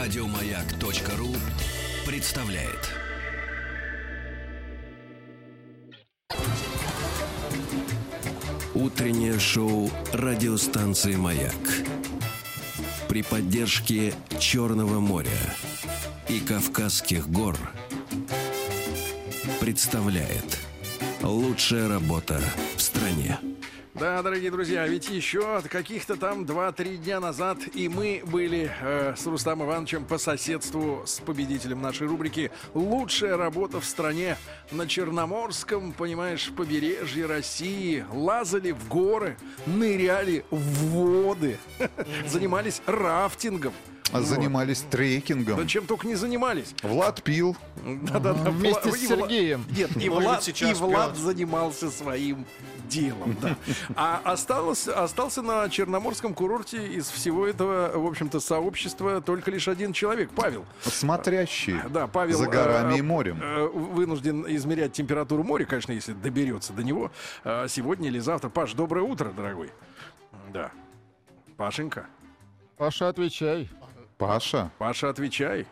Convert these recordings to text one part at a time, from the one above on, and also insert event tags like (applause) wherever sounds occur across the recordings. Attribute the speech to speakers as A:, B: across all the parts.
A: Радиомаяк.ру представляет. Утреннее шоу радиостанции «Маяк» при поддержке Черного моря и Кавказских гор представляет лучшая работа в стране.
B: Да, дорогие друзья, ведь еще каких-то там 2-3 дня назад и мы были э, с Рустам Ивановичем по соседству с победителем нашей рубрики «Лучшая работа в стране» на Черноморском, понимаешь, побережье России. Лазали в горы, ныряли в воды, (laughs) занимались рафтингом.
C: А Занимались
B: Да
C: трекингом.
B: чем только не занимались.
C: Влад пил.
B: Да-да-да,
D: Вместе
B: Вла-
D: с
B: и Вла-
D: Сергеем.
B: Нет, и
E: Может
B: Влад,
E: быть, сейчас
B: и Влад
E: пьет.
B: занимался своим делом, да. А осталось, остался на Черноморском курорте из всего этого, в общем-то, сообщества только лишь один человек, Павел.
C: Смотрящий.
B: Да, Павел.
C: За горами
B: э,
C: и морем.
B: э, Вынужден измерять температуру моря, конечно, если доберется до него э, сегодня или завтра. Паш, доброе утро, дорогой. Да. Пашенька,
D: Паша, отвечай.
C: Паша.
B: Паша, отвечай.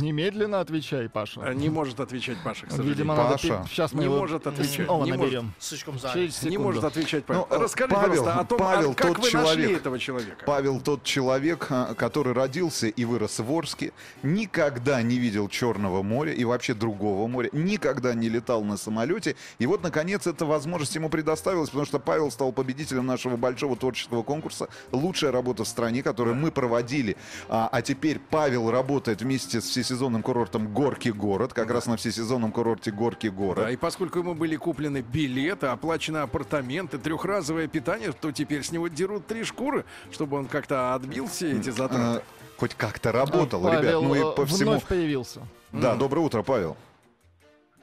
D: Немедленно отвечай,
B: Э,
D: Паша.
B: Не может отвечать Паша, к сожалению.
D: Видимо,
C: Паша.
D: надо... Сейчас мы
B: Не
D: его
B: может отвечать,
D: снова
B: не может.
D: наберем.
E: Слишком занят.
D: Через
B: Не
D: секунду.
B: может отвечать Павел.
C: Ну, э,
B: Расскажи,
C: Павел-
B: пожалуйста, о том,
C: Павел
B: а как
C: тот
B: вы нашли
C: человек.
B: этого человека.
C: Павел тот человек, а, который родился и вырос в Орске, никогда не видел Черного моря и вообще другого моря, никогда не летал на самолете. И вот, наконец, эта возможность ему предоставилась, потому что Павел стал победителем нашего большого творческого конкурса «Лучшая работа в стране», который мы проводили. А, а теперь Павел работает вместе с всесезонным курортом «Горки город», как раз на всесезонном курорте «Горки город».
B: Да, и поскольку ему были куплены билеты, оплачены апартаменты, трехразовое питание, то теперь с него дерут три шкуры, чтобы он как-то отбил все эти
C: Э,
B: затраты.
C: хоть как-то работал,
D: Павел,
C: ребят, ну
D: э,
C: и по всему...
D: Вновь появился.
C: Да, доброе утро, Павел.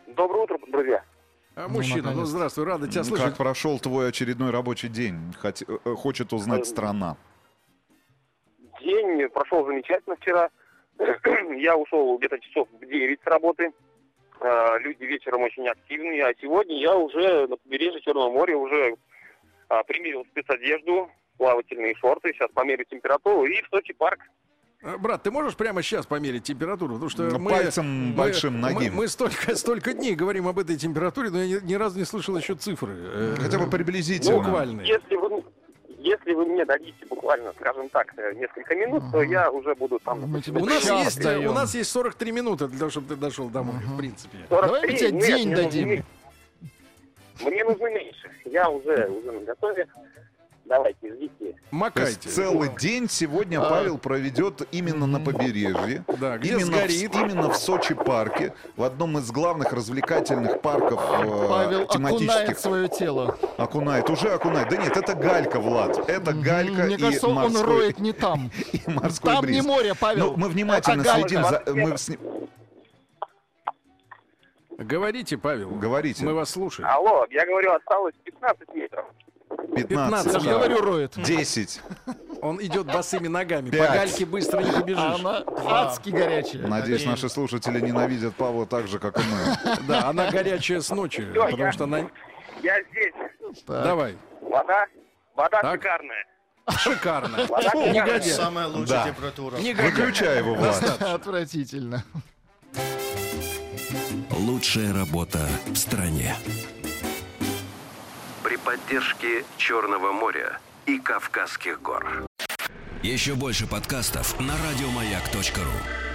F: Доброе утро, друзья.
B: А мужчина, ну,
D: наконец-то.
B: здравствуй, рада тебя слышать.
C: Как прошел твой очередной рабочий день? Хот- э, э, Хочет узнать
F: Эм.
C: страна.
F: День прошел замечательно вчера. (clears throat) Я ушел где-то часов в 9 с работы. А, Люди вечером очень активные. А сегодня я уже на побережье Черного моря уже а, примерил спецодежду, плавательные шорты. Сейчас померю температуру и в Сочи парк.
B: Э, Брат, ты можешь прямо сейчас померить температуру? Потому что
C: Ну,
B: мы,
C: пальцем
B: мы-
C: большим
B: Мы,
C: нагиб.
B: мы столько, (laughs) столько дней говорим об этой температуре, но я ни, ни разу не слышал еще цифры. э,
C: Хотя бы приблизительно.
B: буквальные.
F: Если вы, если вы мне дадите буквально, скажем так, э, несколько минут, то я уже буду там...
D: Мы тебе
B: У нас,
D: ну, Сейчас
B: есть, э, у
D: даем.
B: нас есть 43 минуты для того, чтобы ты дошел домой, в принципе.
F: 43.
D: Давай мы тебе
F: Нет,
D: Ну, день
F: мне нужно
D: дадим.
F: меньше. Мне нужно меньше. Я уже, уже на готове. Давайте, ждите.
C: То
B: Макайте.
C: есть целый день сегодня
D: А.
C: Павел проведет именно на побережье.
B: Да, где
C: именно, в,
B: сгорит.
C: именно в Сочи парке, в одном из главных развлекательных парков э,
D: Павел окунает
C: тематических.
D: свое тело.
C: Окунает, уже окунает. Да нет, это галька, Влад. Это галька
D: Мне
C: и
D: кажется, он
C: морской,
D: роет не там.
C: (laughs) и морской
D: Там
C: бриз.
D: не море, Павел.
C: Ну, мы внимательно
D: А галька?
C: следим за... мы с-
B: Говорите, Павел.
C: Говорите.
B: Мы вас слушаем.
F: Алло, я говорю, осталось 15 метров.
C: 15,
D: Я же
C: да.
D: говорю, роет.
C: 10.
B: Он идет босыми ногами.
C: Пять.
B: По гальке быстро не
D: А
B: побежишь.
D: она адски горячая.
C: Надеюсь, наши слушатели ненавидят Павла так же, как и мы.
B: Да, она горячая с ночи,
F: Всё,
B: потому
F: я-
B: что она...
F: Я здесь.
D: Так.
B: Давай.
F: Вода, вода
B: Так.
F: шикарная.
B: Шикарно.
F: Вода шикарная.
B: Негодяй.
E: Самая лучшая
C: Да.
E: температура.
C: Выключай его, Влад.
D: Отвратительно.
A: Лучшая работа в стране.
G: при поддержке Черного моря и Кавказских гор.
A: Еще больше подкастов на радиомаяк.ру.